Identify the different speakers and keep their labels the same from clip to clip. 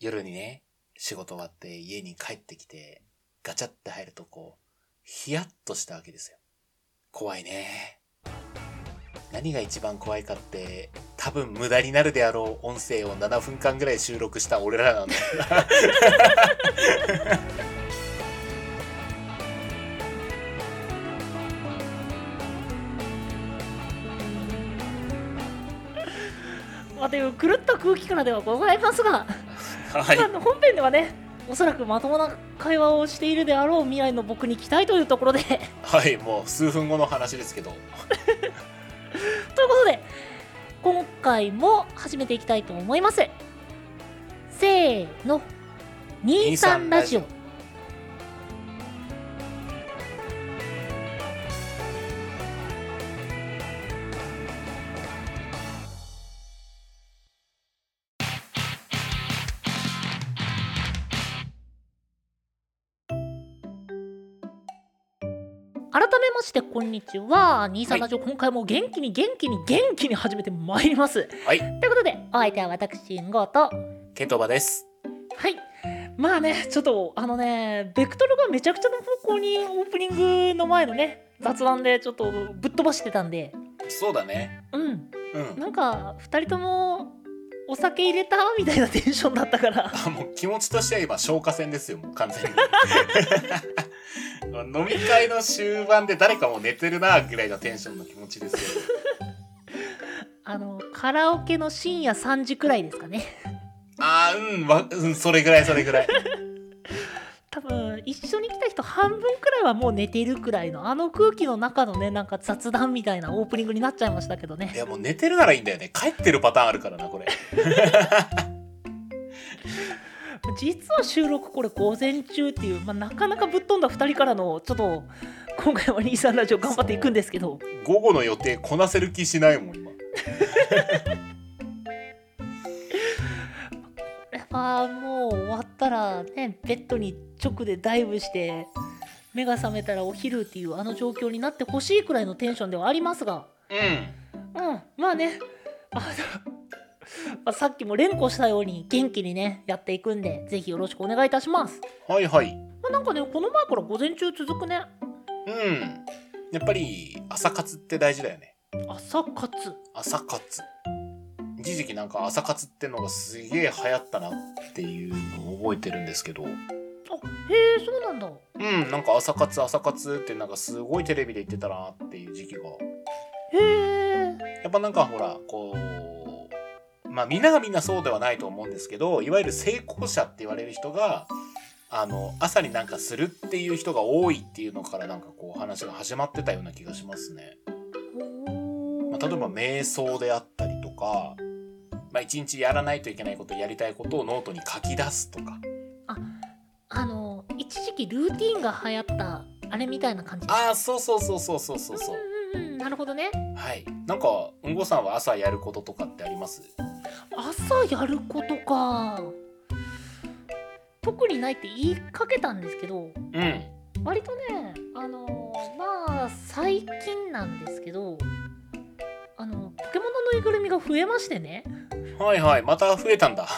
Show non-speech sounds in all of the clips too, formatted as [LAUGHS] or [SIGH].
Speaker 1: 夜にね、仕事終わって家に帰ってきて、ガチャって入るとこう、ヒヤッとしたわけですよ。怖いね。何が一番怖いかって、多分無駄になるであろう音声を7分間ぐらい収録した俺らなんだ。
Speaker 2: まあ、という狂った空気感ではございますが、
Speaker 1: はい
Speaker 2: あの本編ではねおそらくまともな会話をしているであろう未来の僕に期待というところで [LAUGHS] という
Speaker 1: はい、もう数分後の話ですけど。
Speaker 2: ことで今回も始めていきたいと思いますせーの23ラジオ改めましてこんにちは23ラジオ、今回も元気に元気に元気に始めてまいります
Speaker 1: はい
Speaker 2: ということでお相手は私んごと
Speaker 1: ケントバです。
Speaker 2: はい。まあね、ちょっとあのね、ベクトルがめちゃくちゃの方向にオープニングの前のね、雑談でちょっとぶっ飛ばしてたんで、
Speaker 1: そうだね。
Speaker 2: うん、
Speaker 1: うん。
Speaker 2: なんか2人ともお酒入れたみたいなテンションだったから、
Speaker 1: あもう気持ちとしては今消火栓ですよ、もう完全に。 [LAUGHS] 飲み会の終盤で誰かもう寝てるなぐらいのテンションの気持ちですよ。
Speaker 2: あの、カラオケの深夜3時くらいですかね。
Speaker 1: あーうんわうんそれぐらいそれぐらい
Speaker 2: 多分一緒に来た人半分くらいはもう寝てるくらいのあの空気の中のねなんか雑談みたいなオープニングになっちゃいましたけどね
Speaker 1: いやもう寝てるならいいんだよね帰ってるパターンあるからなこれ
Speaker 2: 実は収録これ午前中っていう、まあ、なかなかぶっ飛んだ2人からのちょっと今回は兄さんラジオ頑張っていくんですけど
Speaker 1: 午後の予定こなせる気しないもん今
Speaker 2: これはもう終わったらねベッドに直でダイブして目が覚めたらお昼っていうあの状況になってほしいくらいのテンションではありますが
Speaker 1: う
Speaker 2: うんまあねあのまあさっきも連呼したように元気にねやっていくんでぜひよろしくお願いいたします、
Speaker 1: んはいはい
Speaker 2: まあ、なんかねこの前から午前中続くね
Speaker 1: うんやっぱり朝活って大事だよね
Speaker 2: 朝活
Speaker 1: 朝活一時期なんか朝活ってのがすげえ流行ったなっていうのを覚えてるんですけど
Speaker 2: あへえそうなんだ
Speaker 1: うんなんか朝活朝活ってなんかすごいテレビで言ってたなっていう時期が
Speaker 2: へえ
Speaker 1: やっぱなんかほらこうまあみんながみんなそうではないと思うんですけどいわゆる成功者って言われる人があの朝になんかするっていう人が多いっていうのからなんかこう話が始まってたような気がしますね。まあ、例えば瞑想であったりとか、まあ、一日やらないといけないことやりたいことをノートに書き出すとか
Speaker 2: あの一時期ルーティンが流行ったあれみたいな感じ
Speaker 1: ああそうそうそうそうそうそうそう
Speaker 2: うんうんうんなるほどね
Speaker 1: はいなんかうんごさんは朝やることとかってあります
Speaker 2: 朝やることか特にないって言いかけたんですけど
Speaker 1: うん
Speaker 2: 割とねあのまあ最近なんですけどあのポケモンのぬいぐるみが増えましてね、
Speaker 1: はいはいまた増えたんだ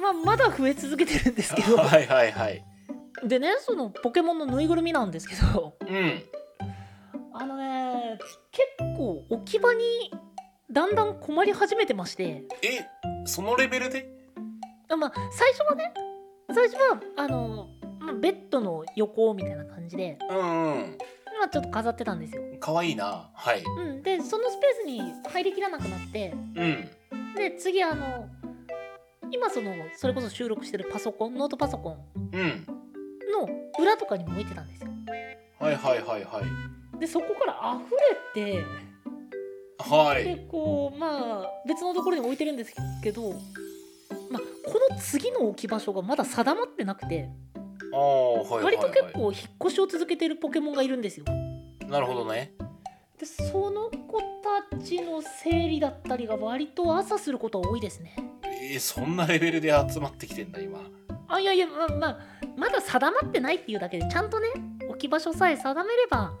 Speaker 2: まあ、まだ増え続けてるんですけ
Speaker 1: [LAUGHS]
Speaker 2: ど
Speaker 1: はいはいはい
Speaker 2: でねそのポケモンのぬいぐるみなんですけど
Speaker 1: うん
Speaker 2: あのね結構置き場にだんだん困り始めてまして
Speaker 1: えそのレベルで
Speaker 2: あまあ最初はね最初はあの、まあ、ベッドの横みたいな感じで、
Speaker 1: うんうん
Speaker 2: まあ、ちょっと飾ってたんですよ、
Speaker 1: かわいいなはい
Speaker 2: うん、でそのスペースに入りきらなくなって
Speaker 1: うん
Speaker 2: で次あの今そのそれこそ収録してるパソコンノートパソコン
Speaker 1: うん
Speaker 2: の裏とかにも置いてたんですよ
Speaker 1: はいはいはいはい
Speaker 2: でそこから溢れて
Speaker 1: はい
Speaker 2: でこうまあ別のところに置いてるんですけど、まあ、この次の置き場所がまだ定まってなくて
Speaker 1: ああはいはい
Speaker 2: 割と結
Speaker 1: は
Speaker 2: 構引っ越しを続けているポケモンがいるんですよ。
Speaker 1: いなるほどね
Speaker 2: でその子たちの整理だったりが割と朝することは多いですね。
Speaker 1: えー、そんなレベルで集まってきてんだ今
Speaker 2: あいやいやまあまあまだ定まってないっていうだけでちゃんとね置き場所さえ定めれば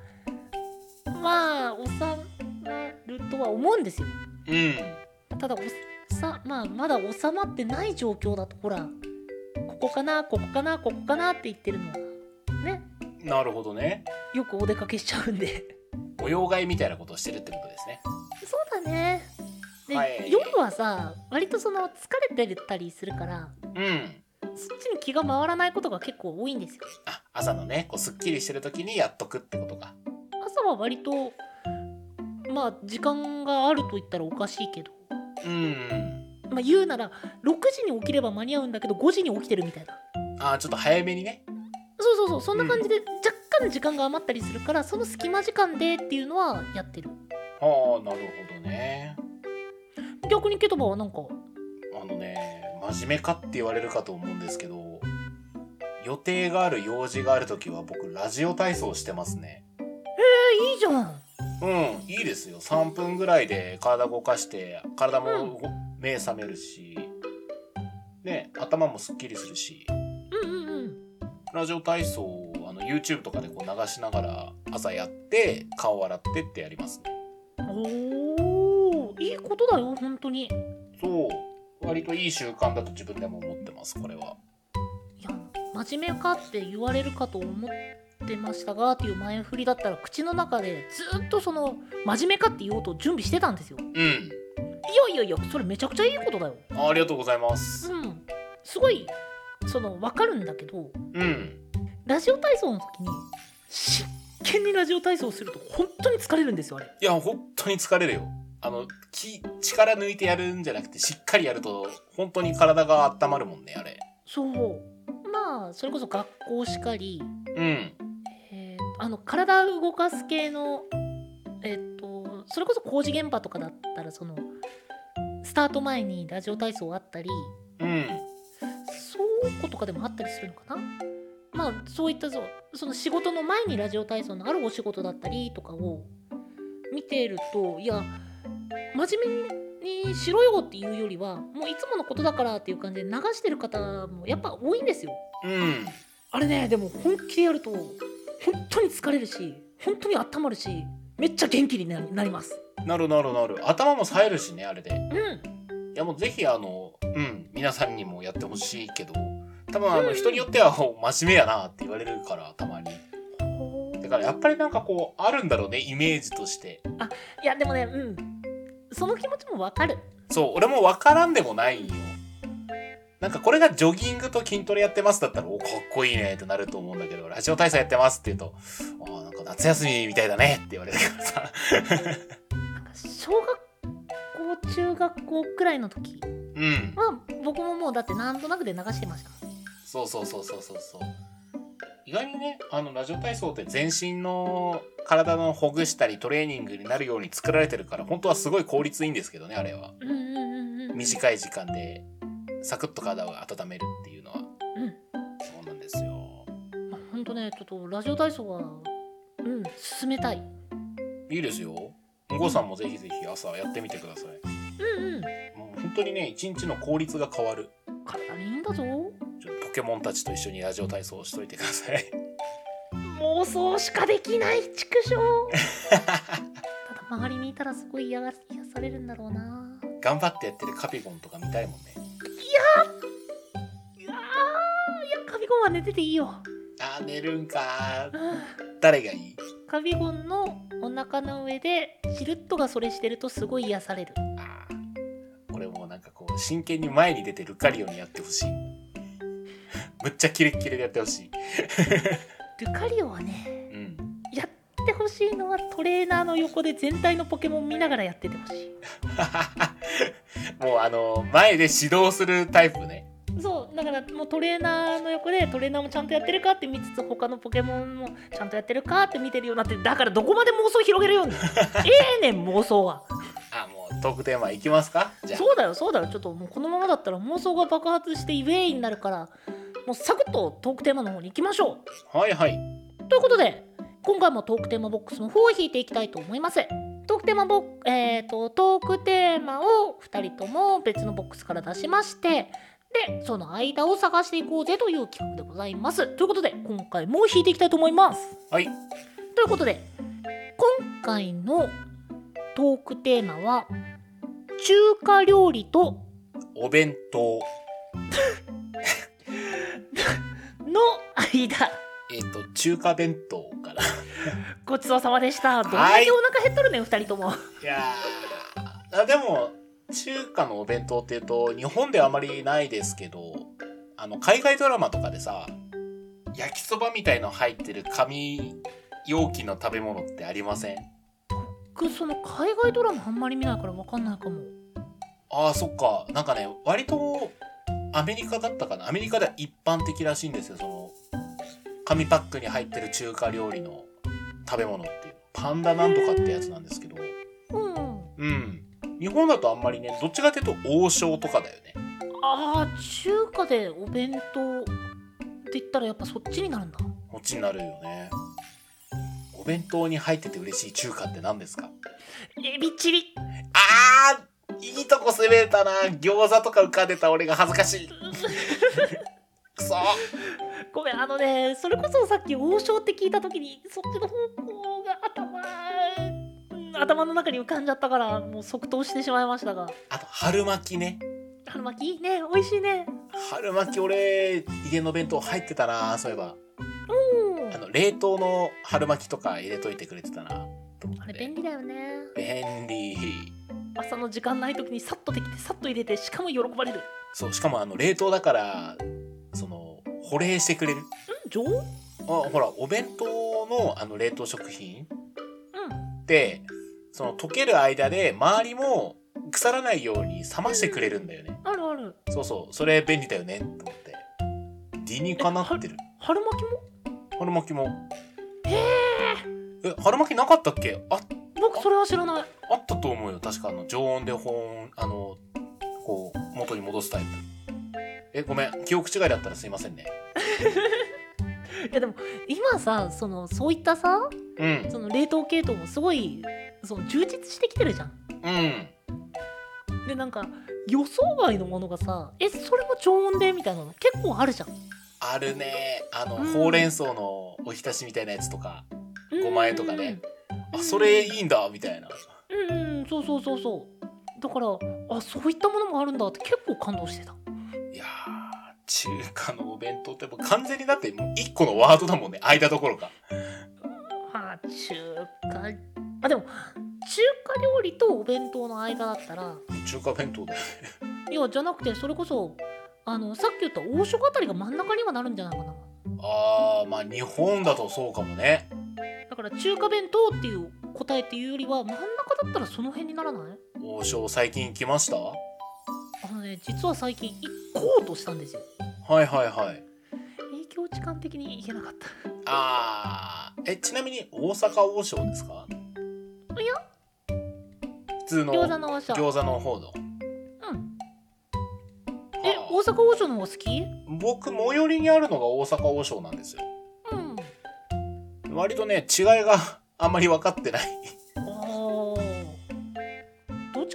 Speaker 2: まあ収まるとは思うんですよ。
Speaker 1: うん
Speaker 2: ただおさまあまだ収まってない状況だとほらここかなここかなここかなって言ってるのね
Speaker 1: なるほどね
Speaker 2: よくお出かけしちゃうんで
Speaker 1: 模様替えみたいなことをしてるってことですね
Speaker 2: [LAUGHS] そうだねで、
Speaker 1: はい
Speaker 2: 夜はさ割とその疲れてたりするから
Speaker 1: うん
Speaker 2: そっちに気が回らないことが結構多いんですよ
Speaker 1: あ朝のねこうすっきりしてる時にやっとくってことか
Speaker 2: 朝は割とまあ時間があると言ったらおかしいけど、
Speaker 1: うん
Speaker 2: まあ、言うなら6時に起きれば間に合うんだけど5時に起きてるみたいな
Speaker 1: あーちょっと早めにね
Speaker 2: そうそうそうそんな感じで若干時間が余ったりするから、その隙間時間でっていうのはやってる
Speaker 1: ああなるほどね
Speaker 2: 逆にケトバはなんか
Speaker 1: あのね真面目かって言われるかと思うんですけど予定がある用事がある時は僕ラジオ体操してますね
Speaker 2: えいいじゃん
Speaker 1: うんいいですよ3分ぐらいで体動かして体も動目覚めるしね頭もすっきりするし
Speaker 2: うんうんうん
Speaker 1: ラジオ体操をあの YouTube とかでこう流しながら朝やって顔洗ってってやりますね
Speaker 2: おーいいことだよ本当にい
Speaker 1: そう割といい習慣だと自分でも思ってますこれは
Speaker 2: や真面目かって言われるかと思ってましたがっていう前振りだったら口の中でずっとその真面目かって言おうと準備してたんですよ
Speaker 1: うん
Speaker 2: いやいやいやそれめちゃくちゃいいことだよ
Speaker 1: あありがとうございます
Speaker 2: うんすごいその分かるんだけど
Speaker 1: うん
Speaker 2: ラジオ体操の時に真剣にラジオ体操をすると本当に疲れるんですよあれ
Speaker 1: いや本当に疲れるよあのき力抜いてやるんじゃなくてしっかりやると本当に体が温まるもんねあれ
Speaker 2: そうまあそれこそ学校しかり、
Speaker 1: うん
Speaker 2: えーあの体を動かす系のえっ、とそれこそ工事現場とかだったらそのスタート前にラジオ体操あったり
Speaker 1: うん
Speaker 2: 倉庫とかでもあったりするのかなまあそういったぞその仕事の前にラジオ体操のあるお仕事だったりとかを見ているといや真面目にしろよっていうよりはもういつものことだからっていう感じで流してる方もやっぱ多いんですよ。
Speaker 1: うん
Speaker 2: あれねでも本気でやると本当に疲れるし本当に温まるしめっちゃ元気にななります。
Speaker 1: なるなるなる頭も冴えるしねあれで
Speaker 2: うん
Speaker 1: いやもうぜひあのうん皆さんにもやってほしいけど多分あの人によってはお真面目やなって言われるからたまにだからやっぱりなんかこうあるんだろうねイメージとして
Speaker 2: いやでもねうんその気持ちもわかる。
Speaker 1: そう俺も分からんでもないよなんかこれがジョギングと筋トレやってますだったらおかっこいいねってなると思うんだけどラジオ体操やってますって言うとあーなんか夏休みみたいだねって言われるからさ
Speaker 2: 小学校中学校くらいの時
Speaker 1: うん
Speaker 2: は僕ももうだってなんとなくで流してました
Speaker 1: そうそうそうそうそうそう意外にねあのラジオ体操って全身の体のほぐしたりトレーニングになるように作られてるから本当はすごい効率いいんですけどねあれは
Speaker 2: うんうんうんうん
Speaker 1: 短い時間でサクッと体を温めるっていうのは
Speaker 2: う
Speaker 1: そうなんですよ
Speaker 2: んまあ、ほんとねちょっとラジオ体操はうん進めたい
Speaker 1: いいですよお子さんもぜひぜひ朝やってみてください
Speaker 2: うんうん
Speaker 1: もう本当にね一日の効率が変わる
Speaker 2: 体にいいんだぞ
Speaker 1: ちょっとポケモンたちと一緒にラジオ体操をしといてください [LAUGHS]
Speaker 2: 妄想しかできない畜 [LAUGHS] 生ただ周りにいたらすごい癒や癒されるんだろうな
Speaker 1: 頑張ってやってるカピゴンとか見たいもんね
Speaker 2: いやーいやカビゴンは寝てていいよ
Speaker 1: あー寝るんかー
Speaker 2: うん
Speaker 1: 誰がいい
Speaker 2: カビゴンのお腹の上でチルッとがそれしてるとすごい癒される
Speaker 1: ああ俺もなんかこう真剣に前に出てルカリオにやってほしい [LAUGHS] むっちゃキレッキレでやってほしい
Speaker 2: ルカリオはね
Speaker 1: うん [LAUGHS]
Speaker 2: やってほしいのはトレーナーの横で全体のポケモン見ながらやっててほしい
Speaker 1: もうあの前で指導するタイプね
Speaker 2: そうだからもうトレーナーの横でトレーナーもちゃんとやってるかって見つつ他のポケモンもちゃんとやってるかって見てるようになってだからどこまで妄想広げるよう [LAUGHS] にええねん妄想は
Speaker 1: あもうトークテーマいきますかじゃあ
Speaker 2: そうだよそうだよちょっともうこのままだったら妄想が爆発してイェイになるからもうサクッとトークテーマの方に行きましょ
Speaker 1: はいはいう
Speaker 2: ということで今回もトークテーマボックスの方を引いていきたいと思いますトークテーマボックえー、とトークテーマを2人とも別のボックスから出しましてでその間を探していこうぜという企画でございますということで今回も引いていきたいと思います
Speaker 1: はい
Speaker 2: ということで今回のトークテーマは中華料理と
Speaker 1: お弁当
Speaker 2: リーダー
Speaker 1: えっ、と中華弁当かな
Speaker 2: ごちそうさまでしたどんだ
Speaker 1: は
Speaker 2: け
Speaker 1: い
Speaker 2: お腹減っとるねん二人とも
Speaker 1: いや [LAUGHS] ーあでも中華のお弁当っていうと日本ではあまりないですけどあの海外ドラマとかでさ焼きそばみたいの入ってる紙容器の食べ物ってありません
Speaker 2: 僕その海外ドラマあんまり見ないから分かんないかも
Speaker 1: あーそっかなんかね割とアメリカだったかなアメリカでは一般的らしいんですよその紙パックに入ってる中華料理の食べ物っていうパンダなんとかってやつなんですけど
Speaker 2: うん
Speaker 1: うん日本だとあんまりねどっちかっていうと王将とかだよね
Speaker 2: あー中華でお弁当って言ったらやっぱそっちになるんだ
Speaker 1: こっちになるよねお弁当に入ってて嬉しい中華って何ですか
Speaker 2: エビチリ
Speaker 1: あーいいとこ攻めたな餃子とか浮かんでた俺が恥ずか [LAUGHS] しいくそ
Speaker 2: ごめんあのねそれこそさっき王将って聞いた時にそっちの方向が頭頭の中に浮かんじゃったからもう即答してしまいましたが
Speaker 1: あと春巻きね
Speaker 2: 春巻きいいね美味しいね
Speaker 1: 春巻き俺家の弁当入ってたなそういえば
Speaker 2: うん
Speaker 1: あの冷凍の春巻きとか入れといてくれてたなと思って
Speaker 2: あれ便利だよね
Speaker 1: 便利
Speaker 2: 朝の時間ない時にさっとできてさっと入れてしかも喜ばれる
Speaker 1: そうしかもあの冷凍だからその保冷してくれる
Speaker 2: うん上うん
Speaker 1: あほらお弁当のあの冷凍食品ってその溶ける間で周りも腐らないように冷ましてくれるんだよね
Speaker 2: あるある
Speaker 1: そうそうそれ便利だよねと思って理にかなってる
Speaker 2: 春巻きも
Speaker 1: 春巻きもえ春巻きなかったっけあ
Speaker 2: 僕それは知らない
Speaker 1: あったと思うよ確かあの常温で保温あのこう元に戻すタイプえごめん記憶違いだったらすいませんね
Speaker 2: いやでも今さそのそういったさ
Speaker 1: うん
Speaker 2: その冷凍系統もすごいその充実してきてるじゃん
Speaker 1: うん
Speaker 2: でなんか予想外のものがさえそれも常温でみたいなの結構あるじゃん
Speaker 1: あるねあの、
Speaker 2: うん
Speaker 1: ほうれん草のおひたしみたいなやつとか5万円とかね
Speaker 2: う
Speaker 1: あ
Speaker 2: ん
Speaker 1: それいいんだみたいな
Speaker 2: うんうんうんそうそうそうそうだからあそういったものもあるんだって結構感動してた
Speaker 1: いやー中華のお弁当ってもう完全にだってもう1個のワードだもんね間どころか
Speaker 2: まあ中華あでも中華料理とお弁当の間だったら
Speaker 1: 中華弁当だよ
Speaker 2: いやじゃなくてそれこそあのさっき言った王将あたりが真ん中にはなるんじゃないかな
Speaker 1: あーまあ日本だとそうかもね
Speaker 2: だから中華弁当っていう答えっていうよりは真ん中だったらその辺にならない
Speaker 1: 王将最近来ましたは
Speaker 2: あのね実は最近行こうとしたんですよ
Speaker 1: いはいはい
Speaker 2: 影響時間的に行けなかった
Speaker 1: あーえちなみに大阪王将ですか
Speaker 2: いや
Speaker 1: 普通の
Speaker 2: 餃子の王将
Speaker 1: 餃子の方の
Speaker 2: うんえ
Speaker 1: あー
Speaker 2: 大阪王将の方が好きう
Speaker 1: 僕最寄りにあるのが大阪王将なんですよ
Speaker 2: ん
Speaker 1: 割とね違いがあんまり分かってない
Speaker 2: あーどう違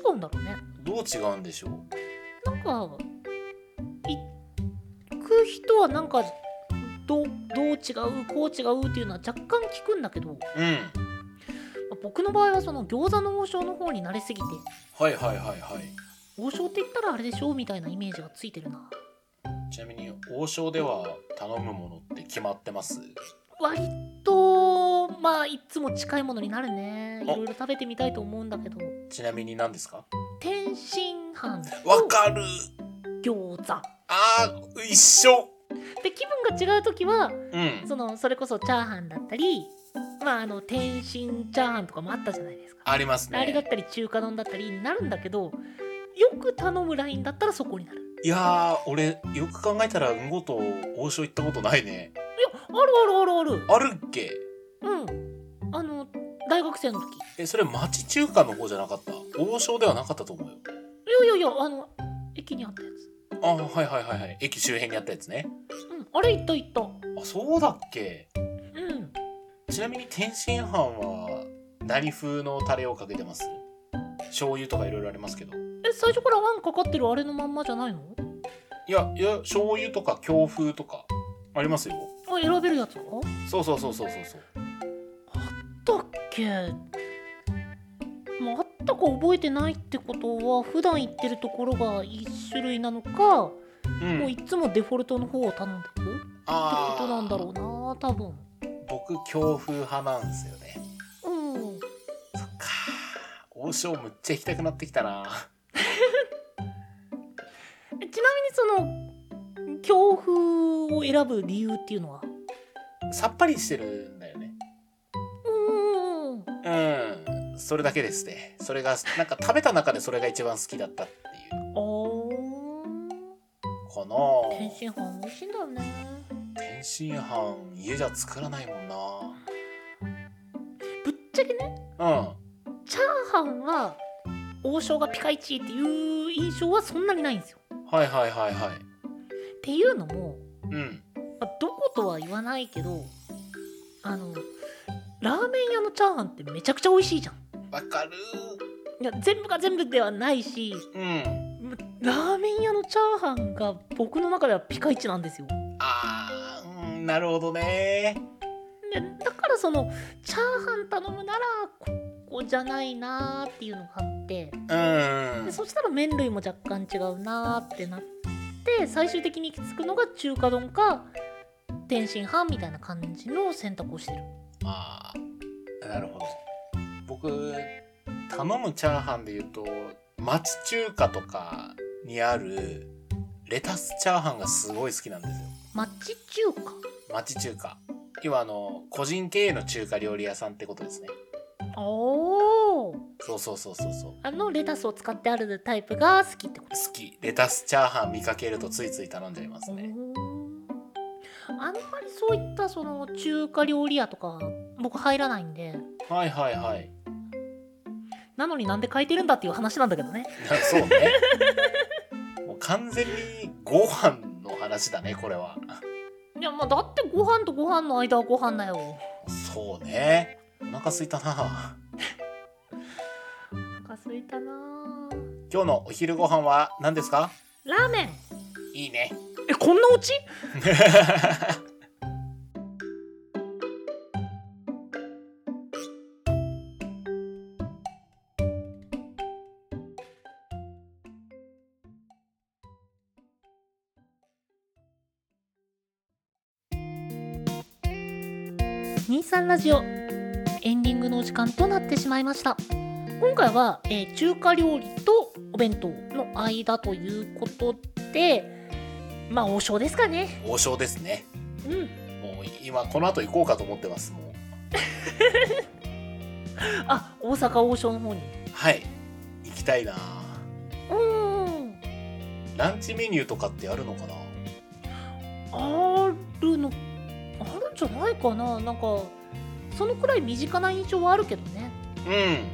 Speaker 2: うんだろうね
Speaker 1: どう違うんでしょう
Speaker 2: なんか行く人はなんかどどう違うこう違うっていうのは若干聞くんだけど、ま
Speaker 1: うん
Speaker 2: あ僕の場合はその餃子の王将の方に慣れすぎて
Speaker 1: はいはいはいはい
Speaker 2: 王将って言ったらあれでしょみたいなイメージがついてるな
Speaker 1: ちなみに王将では頼むものって決まってます
Speaker 2: 割とまあいつも近いものになるねい
Speaker 1: あ
Speaker 2: ろいろ食べてみたいと思うんだけど
Speaker 1: ちなみに何ですか
Speaker 2: 天津飯
Speaker 1: わ
Speaker 2: と
Speaker 1: かる
Speaker 2: 餃子
Speaker 1: あー一緒
Speaker 2: で気分が違う時は
Speaker 1: うん
Speaker 2: そのそれこそチャーハンだったりまああの天津チャーハンとかもあったじゃないですか
Speaker 1: あります
Speaker 2: あれだっ
Speaker 1: ね
Speaker 2: たり中華丼だったりになるんだけどよく頼むラインだったらそこになるい
Speaker 1: いやー俺よく考えたらうんごと王将行ったことないね
Speaker 2: やあるあるある
Speaker 1: あるっけ
Speaker 2: あるうんあの大学生の時い
Speaker 1: えそれ町中華の方じゃなかった王将ではなかったと思うよ
Speaker 2: やいやいやあの駅にあったやつ
Speaker 1: あーはいはいはいはい駅周辺にあったやつね
Speaker 2: うんあれ行った行ったう
Speaker 1: あそうだっけ
Speaker 2: ん
Speaker 1: ちなみに天津飯は何風のタレをかけてます醤油とかいろいろありますけど
Speaker 2: え最初からあんかかってるあれのまんまじゃないの
Speaker 1: いやいや醤油とか京風とかありますよ
Speaker 2: あ選べるやつは
Speaker 1: そうそうそうそうそうそう
Speaker 2: だっけまああったか覚えてないってことは普段行ってるところが一種類なのか、
Speaker 1: う
Speaker 2: もうんいつもデフォルトの方を頼んでる
Speaker 1: あ
Speaker 2: ことなんだろ
Speaker 1: う
Speaker 2: うな多分
Speaker 1: 僕強風派なんですよね
Speaker 2: うん
Speaker 1: そっか王将むっちゃ行きたくなってきたな
Speaker 2: ちなみにその強風を選ぶ理由っていうのは
Speaker 1: さっぱりしてるんだよね
Speaker 2: うんうん
Speaker 1: うんそれだけですねそれがなんか食べた中でそれが一番好きだったっていう
Speaker 2: あ
Speaker 1: こ
Speaker 2: ー天
Speaker 1: の
Speaker 2: 津飯美味しいんだよね
Speaker 1: 天津飯家じゃ作らないもんな
Speaker 2: ぶっちゃけね
Speaker 1: うん
Speaker 2: チャーハンは王将がピカイチっていう印象はそんなにないんですよ
Speaker 1: はいはいはいはい
Speaker 2: っていうのも、
Speaker 1: うん
Speaker 2: まあ、どことは言わないけどあのラーメン屋のチャーハンってめちゃくちゃ美味しいじゃん
Speaker 1: わかる
Speaker 2: いや全部が全部ではないし
Speaker 1: うん
Speaker 2: ラーメン屋のチャーハンが僕の中ではピカイチなんですよ
Speaker 1: あーうんなるほどね
Speaker 2: でだからそのチャーハン頼むならここじゃないなーっていうのがあって
Speaker 1: うん
Speaker 2: でそしたら麺類も若干違うなーってなって最終的に行き着くのが中華丼か天津飯みたいな感じの選択をしてる
Speaker 1: ああなるほど僕頼むチャーハンで言うと町中華とかにあるレタスチャーハンがすごい好きなんですよ
Speaker 2: 町中華
Speaker 1: 町中華今あの個人経営の中華料理屋さんってことですね
Speaker 2: おお
Speaker 1: そうそうそうそうそう
Speaker 2: あのレタスを使ってあるタイプが好きってこと
Speaker 1: 好きレタスチャーハン見かけるとついつい頼んじゃいますね
Speaker 2: あんまりそういったその中華料理屋とか僕入らないんで
Speaker 1: はいはいはい
Speaker 2: なのになんで書いてるんだっていう話なんだけどね
Speaker 1: なそうねもう完全にご飯の話だねこれはい
Speaker 2: やまあだってご飯とご飯の間はご飯だよ
Speaker 1: そうねお腹すいたな
Speaker 2: お腹すいたなあ
Speaker 1: 今日のお昼ご飯は何ですか
Speaker 2: ラーメン
Speaker 1: いいね
Speaker 2: えこんなオチ23ラジオエンディングのお時間となってしまいました今回は、えー中華料理とお弁当の間ということでまあ王将ですかね
Speaker 1: [LAUGHS] 王将ですね
Speaker 2: うん
Speaker 1: もう今この後行こうかと思ってますもう
Speaker 2: あ大阪王将の方に
Speaker 1: はい行きたいな
Speaker 2: うん
Speaker 1: ランチメニューとかってあるのかな
Speaker 2: あるのあるんじゃないかななんかそのくらい身近な印象はあるけどね
Speaker 1: う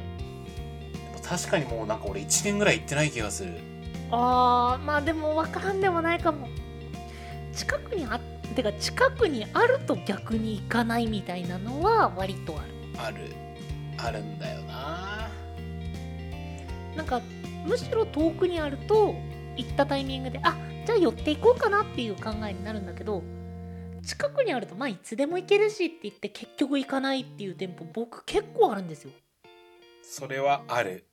Speaker 1: ん確かにもうなんか俺1年ぐらい行ってない気がする
Speaker 2: あーまあでも分からんでもないかも近くにあってか近くにあると逆に行かないみたいなのは割とある
Speaker 1: あるあるんだよな
Speaker 2: なんかむしろ遠くにあると行ったタイミングであじゃあ寄っていこうかなっていう考えになるんだけど近くにあるとまあいつでも行けるしって言って結局行かないっていう店舗僕結構あるんですよ
Speaker 1: それはある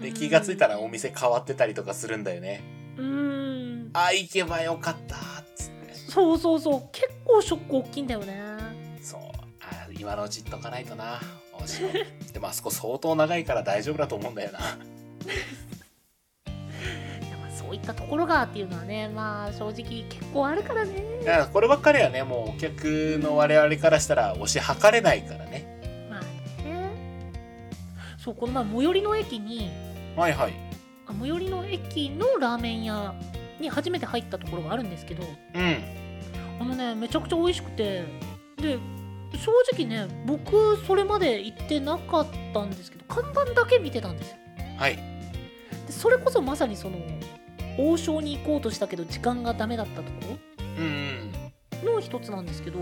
Speaker 1: で気がついたらお店変わってたりとかするんだよね
Speaker 2: うーん
Speaker 1: あ行けばよかったっつって
Speaker 2: そうそうそう結構ショック大きいんだよね
Speaker 1: そうあ今のうち行っとかないとなおしろでもあそこ相当長いから大丈夫だと思うんだよな
Speaker 2: いやまあそういったところがっていうのはねまあ正直結構あるからね
Speaker 1: だからこればっかりはねもうお客の我々からしたら推し量れないからね
Speaker 2: まあねそうこの前最寄りの駅に
Speaker 1: はいはい
Speaker 2: あ最寄りの駅のラーメン屋に初めて入ったところがあるんですけど
Speaker 1: うん
Speaker 2: あのねめちゃくちゃ美味しくてで正直ね僕それまで行ってなかったんですけど看板だけ見てたんですよ
Speaker 1: はい
Speaker 2: でそれこそまさにその王将に行こうとしたけど時間がダメだったところ
Speaker 1: うんうん
Speaker 2: の一つなんですけど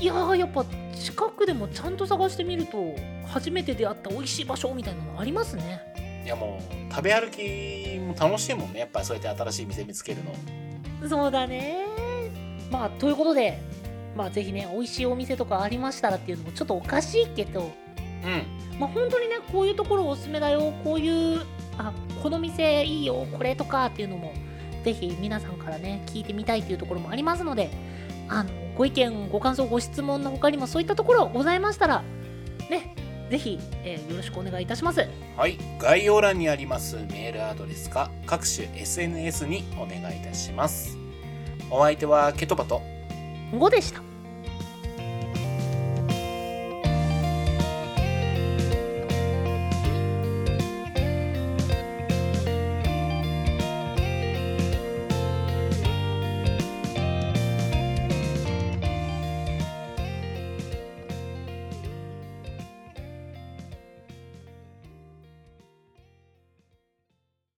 Speaker 2: いやーやっぱ近くでもちゃんと探してみると初めて出会った美味しい場所みたいなのありますね
Speaker 1: いやもう食べ歩きも楽しいもんねやっぱりそうやって新しい店見つけるの
Speaker 2: そうだねまあということでまあぜひね美味しいお店とかありましたらっていうのもちょっとおかしいけど
Speaker 1: うん
Speaker 2: まあ本当にねこういうところおすすめだよこういうあこの店いいよこれとかっていうのもぜひ皆さんからね聞いてみたいっていうところもありますのであのご意見ご感想ご質問の他にもそういったところございましたらねぜひ、えーよろしくお願いいたします
Speaker 1: はい、概要欄にありますメールアドレスか各種 SNS にお願いいたします。お相手はケトバと
Speaker 2: 5でした